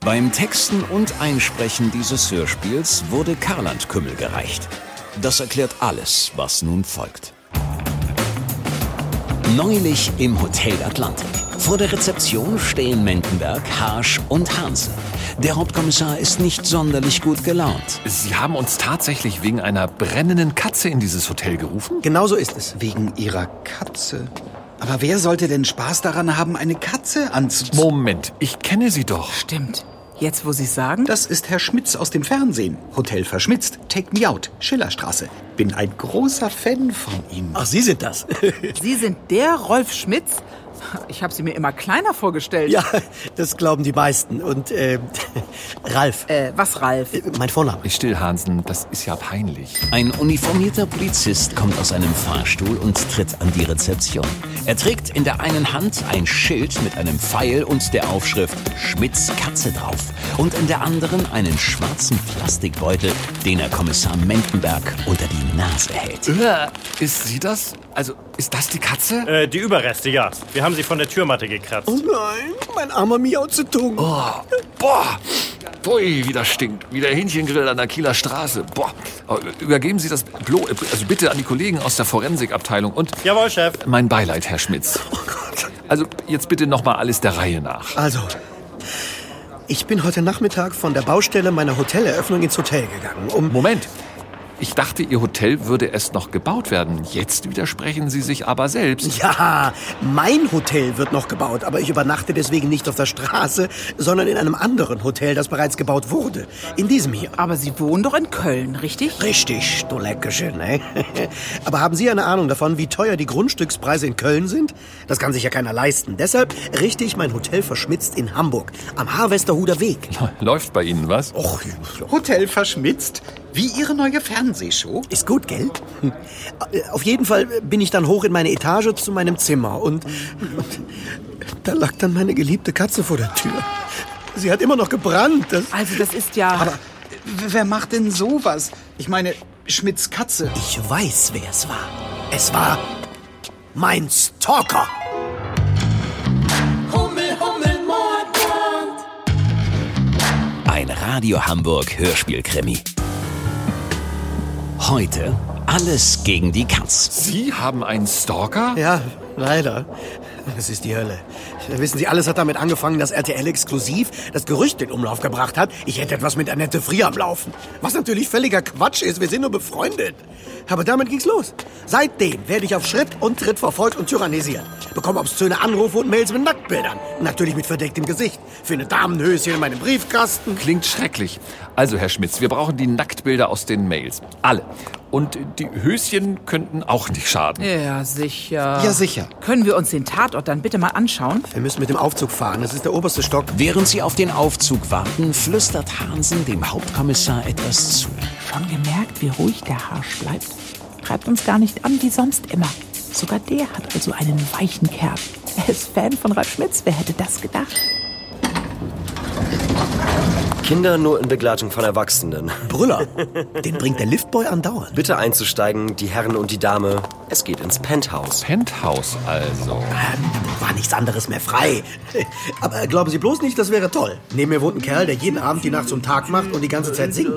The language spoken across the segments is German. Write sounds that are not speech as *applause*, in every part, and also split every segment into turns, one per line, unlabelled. Beim Texten und Einsprechen dieses Hörspiels wurde Karland Kümmel gereicht. Das erklärt alles, was nun folgt. Neulich im Hotel Atlantik. Vor der Rezeption stehen Mendenberg, Harsch und Hansen. Der Hauptkommissar ist nicht sonderlich gut gelaunt.
Sie haben uns tatsächlich wegen einer brennenden Katze in dieses Hotel gerufen?
Genauso ist es. Wegen ihrer Katze. Aber wer sollte denn Spaß daran haben, eine Katze anzuziehen?
Moment, ich kenne sie doch.
Stimmt. Jetzt, wo Sie sagen?
Das ist Herr Schmitz aus dem Fernsehen. Hotel verschmitzt, Take Me Out, Schillerstraße. Bin ein großer Fan von Ihnen.
Ach, Sie sind das.
Sie sind der Rolf Schmitz? Ich habe Sie mir immer kleiner vorgestellt.
ja, das glauben die meisten. Und äh, Ralf,
Äh, was, Ralf?
äh, mein Vorname.
Still, Hansen, das ist ja peinlich.
Ein uniformierter Polizist kommt aus einem Fahrstuhl und tritt an die Rezeption. Er trägt in der einen Hand ein Schild mit einem Pfeil und der Aufschrift Schmitz Katze drauf und in der anderen einen schwarzen Plastikbeutel, den er Kommissar Mendenberg unter die Nase hält.
Ist sie das? Also, ist das die Katze?
Äh, die Überreste, ja. Wir haben sie von der Türmatte gekratzt.
Nein, mein armer Miau zu tun. Oh.
Boah! Pui, wie das stinkt. Wie der Hähnchengrill an der Kieler Straße. Boah. Aber Übergeben Sie das blo also bitte an die Kollegen aus der Forensikabteilung und
Jawohl, Chef.
mein Beileid, Herr Schmitz.
Gott.
Also, jetzt bitte nochmal alles der Reihe nach.
Also, ich bin heute Nachmittag von der Baustelle meiner Hoteleröffnung ins Hotel gegangen, um...
Moment. Ich dachte, Ihr Hotel würde erst noch gebaut werden. Jetzt widersprechen Sie sich aber selbst.
Ja, mein Hotel wird noch gebaut, aber ich übernachte deswegen nicht auf der Straße, sondern in einem anderen Hotel, das bereits gebaut wurde. In diesem hier.
Aber Sie wohnen doch in Köln, richtig?
Richtig, du Leckersche, ne? *laughs* Aber haben Sie eine Ahnung davon, wie teuer die Grundstückspreise in Köln sind? Das kann sich ja keiner leisten. Deshalb richte ich mein Hotel verschmitzt in Hamburg, am Harvesterhuder Weg.
*laughs* Läuft bei Ihnen was?
Och,
Hotel verschmitzt? Wie Ihre neue Fernsehshow?
ist gut, gell? Hm. Auf jeden Fall bin ich dann hoch in meine Etage zu meinem Zimmer und, und da lag dann meine geliebte Katze vor der Tür. Sie hat immer noch gebrannt. Das,
Also, das ist ja.
Aber w- wer macht denn sowas? Ich meine, Schmitz Katze.
ich weiß, wer es war. Es war mein Stalker.
Ein Radio Hamburg Hörspielkrimi. Heute alles gegen die Katz.
Sie haben einen Stalker?
Ja, leider. Es ist die Hölle. Wissen Sie, alles hat damit angefangen, dass RTL exklusiv das Gerücht in Umlauf gebracht hat, ich hätte etwas mit Annette Frier am Laufen. Was natürlich völliger Quatsch ist, wir sind nur befreundet. Aber damit ging's los. Seitdem werde ich auf Schritt und Tritt verfolgt und tyrannisiert. Bekomme obszöne Anrufe und Mails mit Nacktbildern. Natürlich mit verdecktem Gesicht. Finde Damenhöschen in meinem Briefkasten.
Klingt schrecklich. Also, Herr Schmitz, wir brauchen die Nacktbilder aus den Mails. Alle. Und die Höschen könnten auch nicht schaden.
ja, sicher.
Ja, sicher.
Können wir uns den Tatort dann bitte mal anschauen?
Wir müssen mit dem Aufzug fahren, das ist der oberste Stock.
Während sie auf den Aufzug warten, flüstert Hansen dem Hauptkommissar etwas zu.
Schon gemerkt, wie ruhig der Harsch bleibt? Treibt uns gar nicht an, wie sonst immer. Sogar der hat also einen weichen Kern. Er ist Fan von Ralf Schmitz, wer hätte das gedacht?
Kinder nur in Begleitung von Erwachsenen.
Brüller, den bringt der Liftboy andauernd.
Bitte einzusteigen, die Herren und die Dame. Es geht ins Penthouse.
Penthouse also.
Ähm, War nichts anderes mehr frei. *laughs* Aber glauben Sie bloß nicht, das wäre toll. Neben mir wohnt ein Kerl, der jeden Abend die Nacht zum Tag macht und die ganze Zeit singt.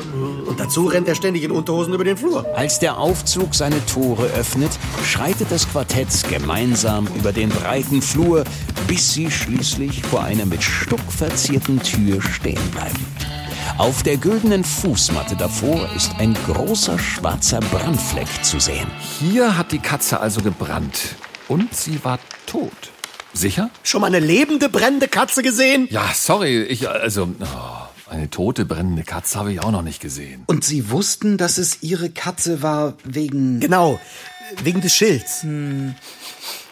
Und dazu rennt er ständig in Unterhosen über den Flur.
Als der Aufzug seine Tore öffnet, schreitet das Quartett gemeinsam über den breiten Flur, bis sie schließlich vor einer mit Stuck verzierten Tür stehen bleiben. Auf der güldenen Fußmatte davor ist ein großer schwarzer Brandfleck zu sehen.
Hier hat die Katze also gebrannt. Und sie war tot. Sicher?
Schon mal eine lebende, brennende Katze gesehen?
Ja, sorry, ich also oh, eine tote brennende Katze habe ich auch noch nicht gesehen.
Und Sie wussten, dass es Ihre Katze war wegen...
Genau, wegen des Schilds.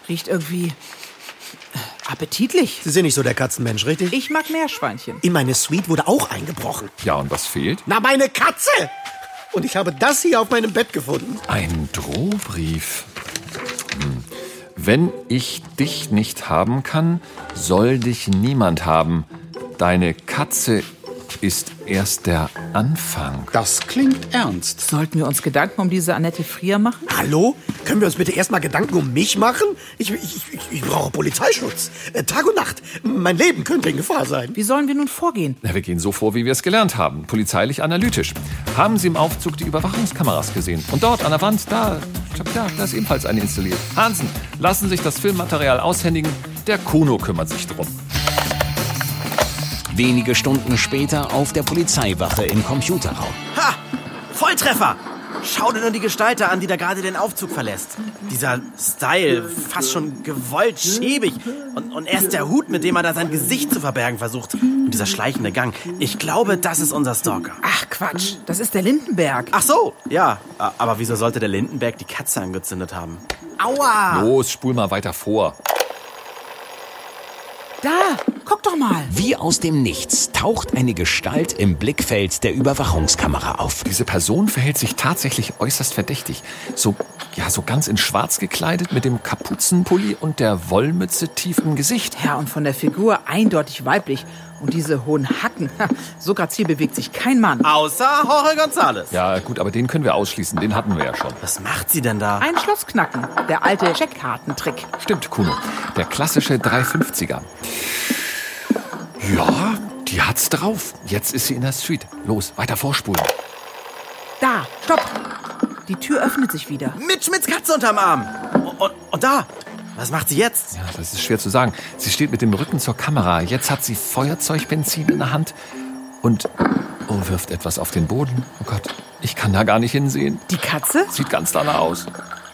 Riecht irgendwie. äh, appetitlich.
Sie sind nicht so der Katzenmensch, richtig?
Ich mag Meerschweinchen.
In meine Suite wurde auch eingebrochen.
Ja, und was fehlt?
Na, meine Katze! Und ich habe das hier auf meinem Bett gefunden.
Ein Drohbrief. Hm. Wenn ich dich nicht haben kann, soll dich niemand haben. Deine Katze ist erst der Anfang.
Das klingt ernst.
Sollten wir uns Gedanken um diese Annette Frier machen?
Hallo? Können wir uns bitte erstmal Gedanken um mich machen? Ich, ich, ich, ich brauche Polizeischutz. Äh, Tag und Nacht. Mein Leben könnte in Gefahr sein.
Wie sollen wir nun vorgehen?
Na, wir gehen so vor, wie wir es gelernt haben. Polizeilich analytisch. Haben Sie im Aufzug die Überwachungskameras gesehen? Und dort an der Wand, da, stopp, da, da ist ebenfalls eine installiert. Hansen, lassen sich das Filmmaterial aushändigen. Der Kuno kümmert sich drum.
Wenige Stunden später auf der Polizeiwache im Computerraum.
Ha! Volltreffer! Schau dir nur die Gestalter an, die da gerade den Aufzug verlässt. Dieser Style, fast schon gewollt, schäbig. Und, und erst der Hut, mit dem er da sein Gesicht zu verbergen versucht. Und dieser schleichende Gang. Ich glaube, das ist unser Stalker.
Ach Quatsch, das ist der Lindenberg.
Ach so,
Oh,
ja. a- Aber wieso sollte der Lindenberg die Katze angezündet haben? Aua!
Los, spul mal weiter vor.
Da, guck doch mal.
Wie aus dem Nichts taucht eine Gestalt im Blickfeld der Überwachungskamera auf.
Diese Person verhält sich tatsächlich äußerst verdächtig. So, ja, so ganz in schwarz gekleidet, mit dem Kapuzenpulli und der Wollmütze tief im Gesicht.
Ja, und von der Figur eindeutig weiblich. Und diese hohen Hacken. Ha, So grazil bewegt sich kein Mann.
Außer Jorge Gonzales.
Ja, gut, aber den können wir ausschließen. Den hatten wir ja schon.
Was macht sie denn da?
Ein Schloss knacken. Der alte Checkkartentrick.
Stimmt, Kuno. Der klassische 350er. Ja, die hat's drauf. Jetzt ist sie in der Street. Los, weiter vorspulen.
Da, stopp. Die Tür öffnet sich wieder.
Mit Schmidts Katze unterm Arm. Und, und da. Was macht sie jetzt?
Ja, das ist schwer zu sagen. Sie steht mit dem Rücken zur Kamera. Jetzt hat sie Feuerzeugbenzin in der Hand und oh, wirft etwas auf den Boden. Oh Gott, ich kann da gar nicht hinsehen.
Die Katze?
Sieht ganz danach aus.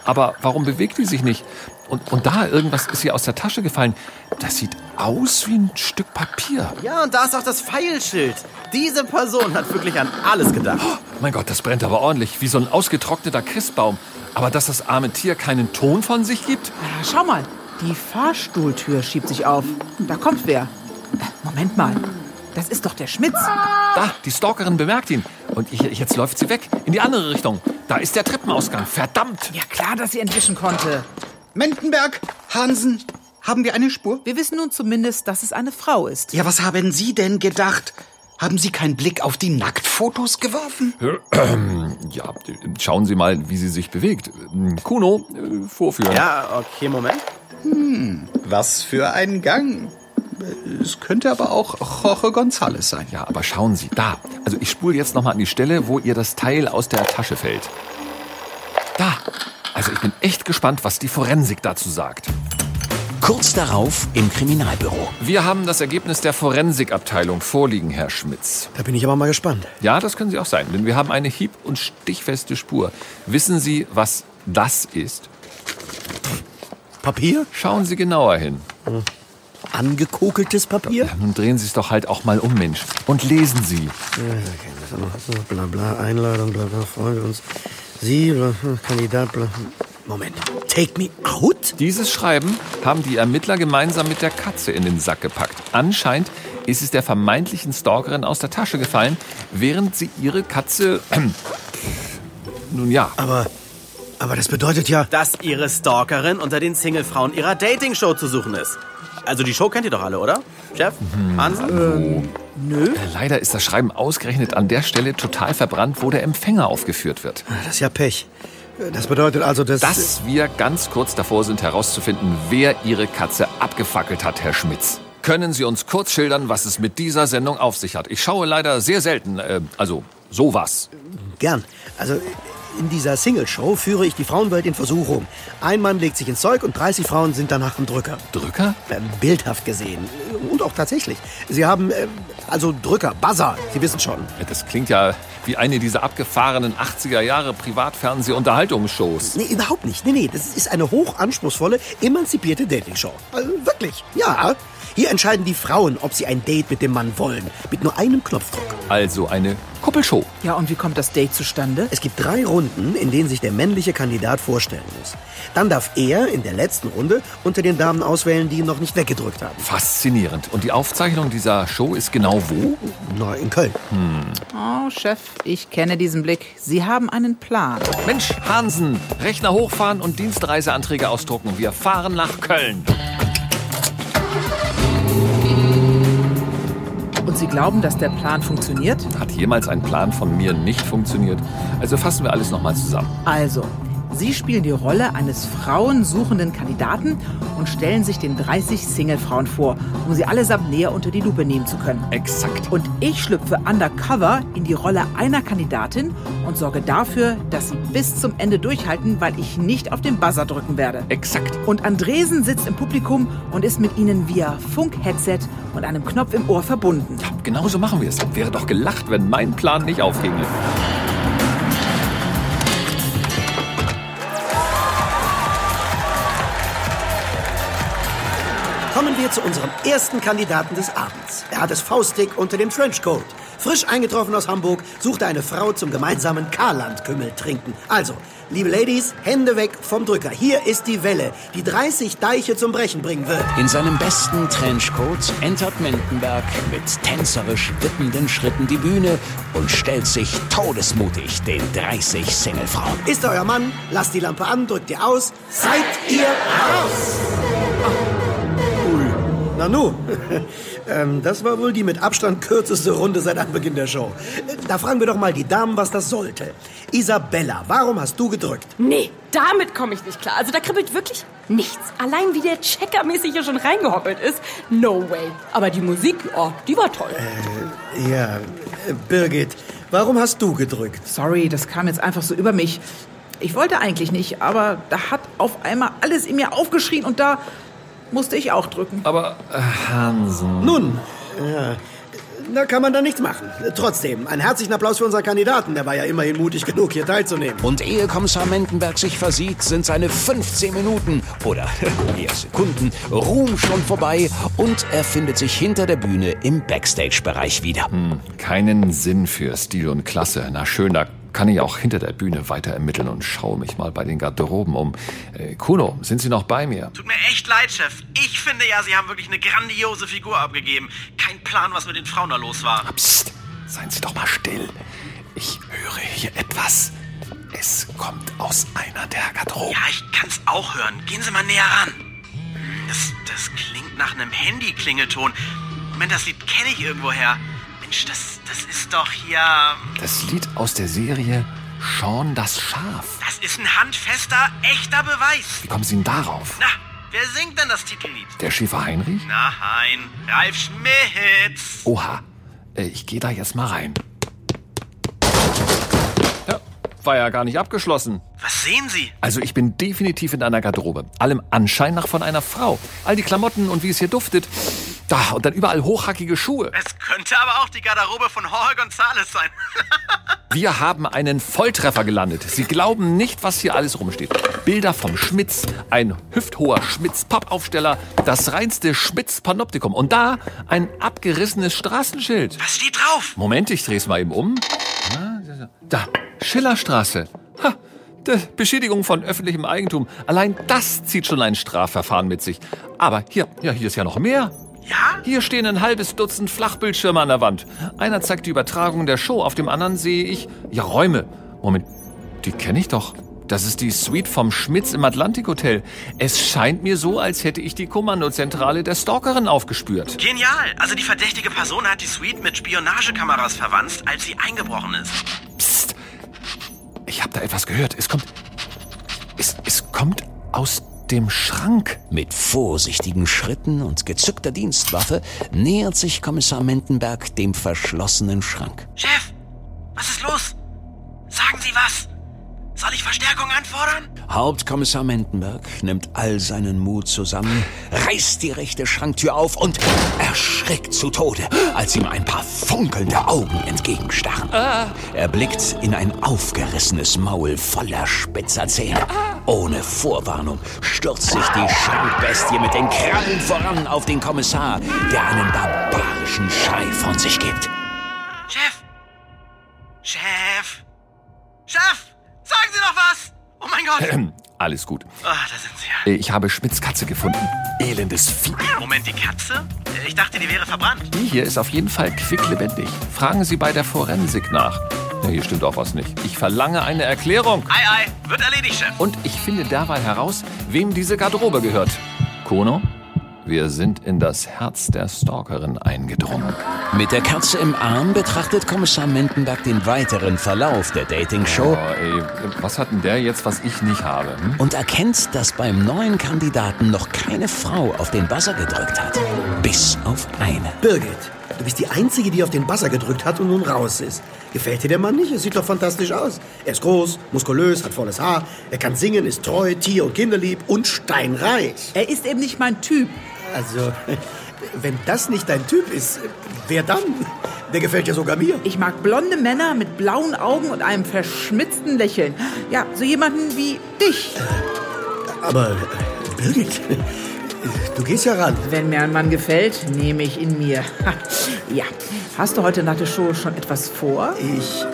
Aber warum bewegt die sich nicht? Und, und da, irgendwas ist ihr aus der Tasche gefallen. Das sieht aus wie ein Stück Papier.
Ja, und da ist auch das Pfeilschild. Diese Person hat wirklich an alles gedacht.
Mein Gott, das brennt aber ordentlich, wie so ein ausgetrockneter Christbaum. Aber dass das arme Tier keinen Ton von sich gibt?
Ja, schau mal. Die Fahrstuhltür schiebt sich auf. Da kommt wer. Äh, Moment mal. Das ist doch der Schmitz.
Da, die Stalkerin bemerkt ihn. Und je- jetzt läuft sie weg, in die andere Richtung. Da ist der Treppenausgang. Verdammt!
Ja, klar, dass sie entwischen konnte.
Mendenberg, Hansen, haben wir eine Spur?
Wir wissen nun zumindest, dass es eine Frau ist.
Ja, was haben Sie denn gedacht? Haben Sie keinen Blick auf die Nacktfotos geworfen?
Ja, schauen Sie mal, wie sie sich bewegt. Kuno, äh, vorführen.
Ja, okay, Moment.
Was für ein Gang. Es könnte aber auch Jorge Gonzales sein.
Ja, aber schauen Sie, da. Also ich spule jetzt nochmal an die Stelle, wo ihr das Teil aus der Tasche fällt. Da. Also ich bin echt gespannt, was die Forensik dazu sagt.
Kurz darauf im Kriminalbüro.
Wir haben das Ergebnis der Forensikabteilung vorliegen, Herr Schmitz.
Da bin ich aber mal gespannt.
Ja, das können Sie auch sein, denn wir haben eine hieb- und stichfeste Spur. Wissen Sie, was das ist?
Papier?
Schauen Sie genauer hin.
Angekokeltes Papier?
Ja, nun drehen Sie es doch halt auch mal um, Mensch. Und lesen Sie.
Bla bla, Einladung, bla bla, Freunde uns. Sie, bla, Kandidat, bla. Moment. Take me out?
Dieses Schreiben haben die Ermittler gemeinsam mit der Katze in den Sack gepackt. Anscheinend ist es der vermeintlichen Stalkerin aus der Tasche gefallen, während sie ihre Katze... *clears throat* nun ja,
Aber, aber das bedeutet ja,
dass ihre Stalkerin unter den Singlefrauen ihrer Dating-Show zu suchen ist. Also die Show kennt ihr doch alle, oder? Chef?
Mhm.
Hansen?
leider ist das Schreiben ausgerechnet an der Stelle total verbrannt, wo der Empfänger aufgeführt wird.
das ist ja Pech. Das bedeutet also, dass...
dass wir ganz kurz davor sind herauszufinden, wer Ihre Katze abgefackelt hat, Herr Schmitz. Können Sie uns kurz schildern, was es mit dieser Sendung auf sich hat? Ich schaue leider sehr selten, äh, also sowas.
Gern. Also in dieser Single-Show führe ich die Frauenwelt in Versuchung. Ein Mann legt sich ins Zeug und 30 Frauen sind danach im Drücker.
Drücker?
Äh, Bildhaft gesehen. Und auch tatsächlich. Sie haben, äh, also Drücker, Buzzer, Sie wissen schon.
Ja, Das klingt ja wie eine dieser abgefahrenen 80er Jahre Privatfernseh-Unterhaltungsshows.
Nee, überhaupt nicht. Nee, nee, das ist eine hochanspruchsvolle, emanzipierte Dating-Show. Äh, wirklich, ja. Hier entscheiden die Frauen, ob sie ein Date mit dem Mann wollen. Mit nur einem Knopfdruck.
Also eine Kuppelshow.
Ja, und wie kommt das Date zustande?
Es gibt drei Runden, in denen sich der männliche Kandidat vorstellen muss. Dann darf er in der letzten Runde unter den Damen auswählen, die ihn noch nicht weggedrückt haben.
Faszinierend. Und die Aufzeichnung dieser Show ist genau wo?
Na, in Köln.
Oh, Chef, ich kenne diesen Blick. Sie haben einen Plan.
Mensch, Hansen, Rechner hochfahren und Dienstreiseanträge ausdrucken. Wir fahren nach Köln.
Und Sie glauben, dass der Plan funktioniert?
Hat jemals ein Plan von mir nicht funktioniert? Also fassen wir alles nochmal zusammen.
Also, Sie spielen die Rolle eines frauensuchenden Kandidaten und stellen sich den 30 Single-Frauen vor, um sie allesamt näher unter die Lupe nehmen zu können.
Exakt.
Und ich schlüpfe undercover in die Rolle einer Kandidatin und sorge dafür, dass sie bis zum Ende durchhalten, weil ich nicht auf den Buzzer drücken werde.
Exakt.
Und Andresen sitzt im Publikum und ist mit ihnen via Funk-Headset und einem Knopf im Ohr verbunden.
Genauso Genau machen wir es. Wäre doch gelacht, wenn mein Plan nicht aufginge.
Kommen wir zu unserem ersten Kandidaten des Abends. Er hat es faustdick unter dem Trenchcoat. Frisch eingetroffen aus Hamburg, suchte eine Frau zum gemeinsamen Karlandkümmel trinken. Also, liebe Ladies, Hände weg vom Drücker. Hier ist die Welle, die 30 Deiche zum Brechen bringen wird.
In seinem besten Trenchcoat entert Mendenberg mit tänzerisch wippenden Schritten die Bühne und stellt sich todesmutig den 30 Singlefrauen.
Ist er euer Mann? Lasst die Lampe an, drückt ihr aus. Seid ihr raus! Ah. Ui. Na nu, *laughs* ähm, das war wohl die mit Abstand kürzeste Runde seit Anbeginn der Show. Da fragen wir doch mal die Damen, was das sollte. Isabella, warum hast du gedrückt?
Nee, damit komme ich nicht klar. Also da kribbelt wirklich nichts. Allein wie der Checkermäßig hier schon reingehoppelt ist. No way. Aber die Musik, oh, die war toll.
Ja, äh, Birgit, warum hast du gedrückt?
Sorry, das kam jetzt einfach so über mich. Ich wollte eigentlich nicht, aber da hat auf einmal alles in mir aufgeschrien und da musste ich auch drücken.
Aber äh, Hansen.
Nun, ja, da kann man da nichts machen. Trotzdem, einen herzlichen Applaus für unseren Kandidaten. Der war ja immerhin mutig genug, hier teilzunehmen.
Und ehe Kommissar Mendenberg sich versieht, sind seine 15 Minuten oder *laughs* eher Sekunden Ruhm schon vorbei und er findet sich hinter der Bühne im Backstage-Bereich wieder.
Keinen Sinn für Stil und Klasse. Na schön, da kann ich auch hinter der Bühne weiter ermitteln und schaue mich mal bei den Garderoben um. Äh, Kuno, sind Sie noch bei mir?
Tut mir echt leid, Chef. Ich finde ja, Sie haben wirklich eine grandiose Figur abgegeben. Kein Plan, was mit den Frauen da los war.
Psst, seien Sie doch mal still. Ich höre hier etwas. Es kommt aus einer der Garderoben.
Ja, ich kann's auch hören. Gehen Sie mal näher ran. Hm, Das, das klingt nach einem Handy-Klingelton. Moment, das Lied kenne ich irgendwoher. Mensch, das, das ist doch hier...
Das Lied aus der Serie Sean das Schaf.
Das ist ein handfester, echter Beweis.
Wie kommen Sie denn darauf?
Na, wer singt denn das Titellied?
Der Schäfer Heinrich?
Nein, Ralf Schmitz.
Oha, äh, ich gehe da jetzt mal rein. Ja, war ja gar nicht abgeschlossen.
Was sehen Sie?
Also ich bin definitiv in einer Garderobe. Allem Anschein nach von einer Frau. All die Klamotten und wie es hier duftet. Da, und dann überall hochhackige Schuhe.
Es könnte aber auch die Garderobe von Jorge González sein.
Wir haben einen Volltreffer gelandet. Sie glauben nicht, was hier alles rumsteht. Bilder vom Schmitz, ein hüfthoher Schmitz-Pappaufsteller, das reinste Schmitz-Panoptikum. Und da ein abgerissenes Straßenschild.
Was steht drauf?
Moment, ich dreh's mal eben um. Da, Schillerstraße. Ha, de- Beschädigung von öffentlichem Eigentum. Allein das zieht schon ein Strafverfahren mit sich. Aber hier, ja, hier ist ja noch mehr.
Ja?
Hier stehen ein halbes Dutzend Flachbildschirme an der Wand. Einer zeigt die Übertragung der Show, auf dem anderen sehe ich, ja, Räume. Moment, die kenne ich doch. Das ist die Suite vom Schmitz im Atlantik Hotel. Es scheint mir so, als hätte ich die Kommandozentrale der Stalkerin aufgespürt.
Genial. Also die verdächtige Person hat die Suite mit Spionagekameras verwandt, als sie eingebrochen ist.
Ich habe da etwas gehört. Es kommt. Es, es kommt aus dem Schrank. *clears throat*
Mit vorsichtigen Schritten und gezückter Dienstwaffe nähert sich Kommissar Mendenberg dem verschlossenen Schrank.
Chef, was ist los? Sagen Sie was. Soll ich Verstärkung anfordern?
Hauptkommissar Mendenberg nimmt all seinen Mut zusammen, reißt die rechte Schranktür auf und erschrickt zu Tode, als ihm ein paar funkelnde Augen entgegenstarren. Er blickt in ein aufgerissenes Maul voller spitzer Zähne. Ohne Vorwarnung stürzt sich die Schrankbestie mit den Krallen voran auf den Kommissar, der einen barbarischen Schrei von sich gibt.
Chef! Chef! Chef! Sagen Sie doch was! Oh mein Gott!
Alles gut. Äh,
Ah, da sind Sie ja.
Ich habe Schmidts Katze gefunden. Elendes Vieh.
Moment, die Katze? Ich dachte, die wäre verbrannt.
Die hier ist auf jeden Fall quicklebendig. Fragen Sie bei der Forensik nach. Ja, hier stimmt auch was nicht. Ich verlange eine Erklärung.
Ei, ei, wird erledigt, Chef.
Und ich finde derweil heraus, wem diese Garderobe gehört. Kono, Wir sind in das Herz der Stalkerin eingedrungen.
Mit der Kerze im Arm betrachtet Kommissar Mendenberg den weiteren Verlauf der Dating-Show
Oh, ey, was hat denn der jetzt, was ich nicht habe? Hm?
und erkennt, dass beim neuen Kandidaten noch keine Frau auf den Buzzer gedrückt hat. Bis auf eine.
Birgit, du bist die Einzige, die auf den Buzzer gedrückt hat und nun raus ist. Gefällt dir der Mann nicht? Es sieht doch fantastisch aus. Er ist groß, muskulös, hat volles Haar, er kann singen, ist treu, tier- und kinderlieb und steinreich.
Er ist eben nicht mein Typ.
Also, *laughs* wenn das nicht dein Typ ist, wer dann? Der gefällt ja sogar mir.
Ich mag blonde Männer mit blauen Augen und einem verschmitzten Lächeln. Ja, so jemanden wie dich.
Aber, Birgit, du gehst ja ran.
Wenn mir ein Mann gefällt, nehme ich ihn mir. *laughs* ja. Hast du heute nach der Show schon etwas vor?
Ich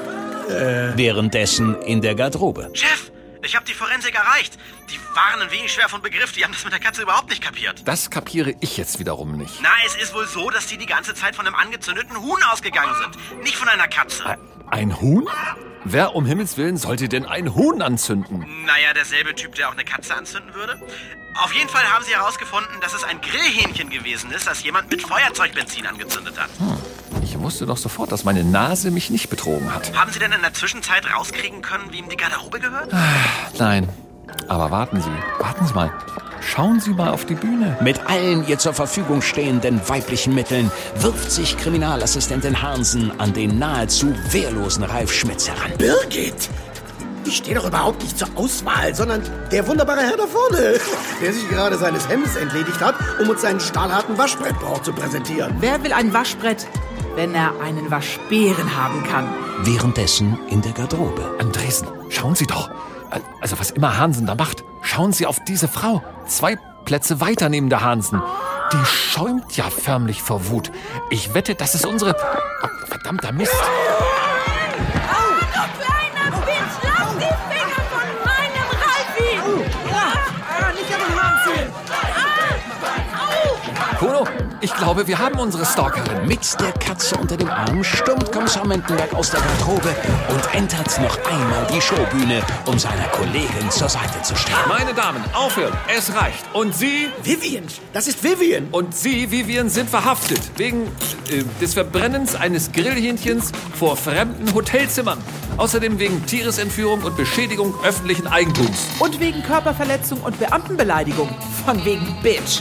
Währenddessen in der Garderobe.
Chef, ich habe die Forensik erreicht. Die waren ein wenig schwer von Begriff. Die haben das mit der Katze überhaupt nicht kapiert.
Das kapiere ich jetzt wiederum nicht.
Na, es ist wohl so, dass die die ganze Zeit von einem angezündeten Huhn ausgegangen sind. Nicht von einer
Ah.
Katze.
Ein Huhn? Wer um Himmels Willen sollte denn ein Huhn anzünden?
Naja, derselbe Typ, der auch eine Katze anzünden würde. Auf jeden Fall haben sie herausgefunden, dass es ein Grillhähnchen gewesen ist, das jemand mit Feuerzeugbenzin angezündet hat.
Ich wusste doch sofort, dass meine Nase mich nicht betrogen hat.
Haben sie denn in der Zwischenzeit rauskriegen können, wem die Garderobe gehört?
Nein. Aber warten Sie, warten Sie mal. Schauen Sie mal auf die Bühne.
Mit allen ihr zur Verfügung stehenden weiblichen Mitteln wirft sich Kriminalassistentin Hansen an den nahezu wehrlosen Ralf Schmitz heran.
Birgit! Ich stehe doch überhaupt nicht zur Auswahl, sondern der wunderbare Herr da vorne, *laughs* der sich gerade seines Hemdes entledigt hat, um uns seinen stahlharten Waschbrettbauch zu präsentieren.
Wer will ein Waschbrett, wenn er einen Waschbären haben kann?
Währenddessen in der Garderobe.
Andresen, schauen Sie doch. Also was immer Hansen da macht, schauen Sie auf diese Frau. Zwei Plätze weiter neben der Hansen. Die schäumt ja förmlich vor Wut. Ich wette, das ist unsere... Oh, verdammter Mist.
Oh, Du kleiner Bitch, lass die Finger von meinem Ralfi! Ah.
Kuno, ich glaube, wir haben unsere Stalkerin.
Mit der Katze unter dem Arm stürmt Kommissar Mendenberg aus der Garderobe und entert noch einmal die Showbühne, um seiner Kollegin zur Seite zu stehen.
Meine Damen, aufhören. Es reicht. Und Sie
Vivian, das ist Vivian.
und Sie, Vivian, sind verhaftet wegen äh, des Verbrennens eines Grillhähnchens vor fremden Hotelzimmern. Außerdem wegen Tieresentführung und Beschädigung öffentlichen Eigentums.
Und wegen Körperverletzung und Beamtenbeleidigung. Von wegen Bitch.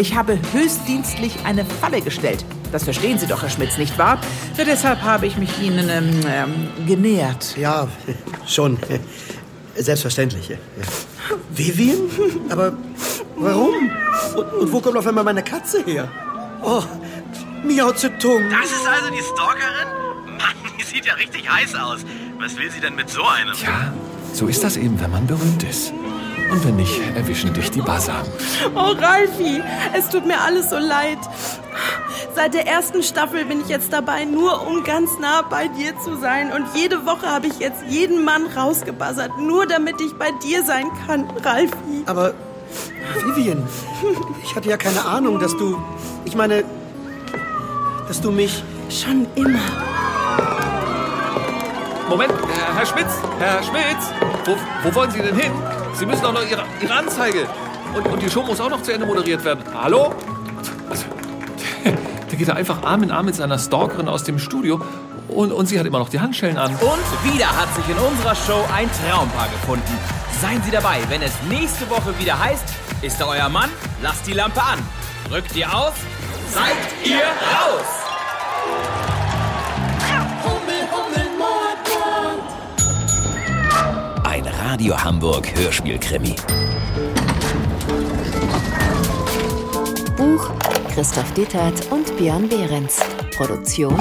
Ich habe höchstdienstlich eine Falle gestellt. Das verstehen Sie doch, Herr Schmitz, nicht wahr? Na, deshalb habe ich mich Ihnen ähm, ähm, genähert.
Ja, schon. Selbstverständlich. Vivian? Aber warum? Und, und wo kommt auf einmal meine Katze her? Oh, Miau zu Tung.
Das ist also die Stalkerin? Mann, die sieht ja richtig heiß aus. Was will sie denn mit so einem?
Ja, so ist das eben, wenn man berühmt ist. Und wenn nicht, erwischen dich die Buzzer.
Oh, Ralfi, es tut mir alles so leid. Seit der ersten Staffel bin ich jetzt dabei, nur um ganz nah bei dir zu sein. Und jede Woche habe ich jetzt jeden Mann rausgebuzzert, nur damit ich bei dir sein kann, Ralfi.
Aber Vivian, ich hatte ja keine Ahnung, dass du. Ich meine, dass du mich.
Schon immer.
Moment, Herr Herr Schmitz, Herr Schmitz, wo, wo wollen Sie denn hin? Sie müssen auch noch Ihre, Ihre Anzeige. Und, und die Show muss auch noch zu Ende moderiert werden. Hallo? *laughs* Also, da geht er einfach Arm in Arm mit seiner Stalkerin aus dem Studio und, und sie hat immer noch die Handschellen an.
Und wieder hat sich in unserer Show ein Traumpaar gefunden. Seien Sie dabei, wenn es nächste Woche wieder heißt, ist er euer Mann? Lasst die Lampe an. Rückt ihr aus? Seid ihr raus!
Ein Radio Hamburg Hörspielkrimi.
Buch Christoph Dittert und Björn Behrens. Produktion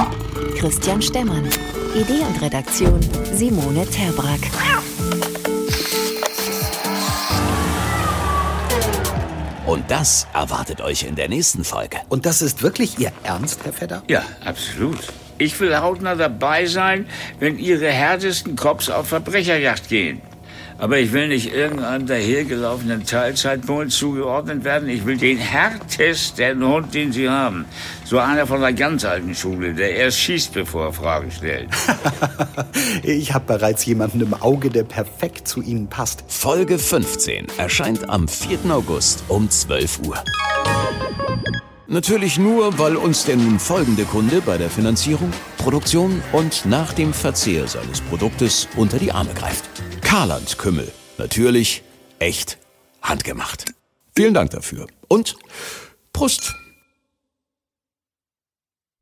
Christian Stemmann. Idee und Redaktion Simone Terbrack.
Und das erwartet euch in der nächsten Folge.
Und das ist wirklich Ihr Ernst, Herr Fedder?
Ja, absolut. Ich will hautnah dabei sein, wenn Ihre härtesten Cops auf Verbrecherjagd gehen.
Aber ich will nicht irgendeinem dahergelaufenen Teilzeitbund zugeordnet werden. Ich will den härtesten Hund, den Sie haben. So einer von der ganz alten Schule, der erst schießt, bevor er Fragen stellt.
Ich habe bereits jemanden im Auge, der perfekt zu Ihnen passt.
Folge 15 erscheint am 4. August um 12 Uhr. Natürlich nur, weil uns der nun folgende Kunde bei der Finanzierung, Produktion und nach dem Verzehr seines Produktes unter die Arme greift. Karland Kümmel. Natürlich echt handgemacht. Vielen Dank dafür und Prost!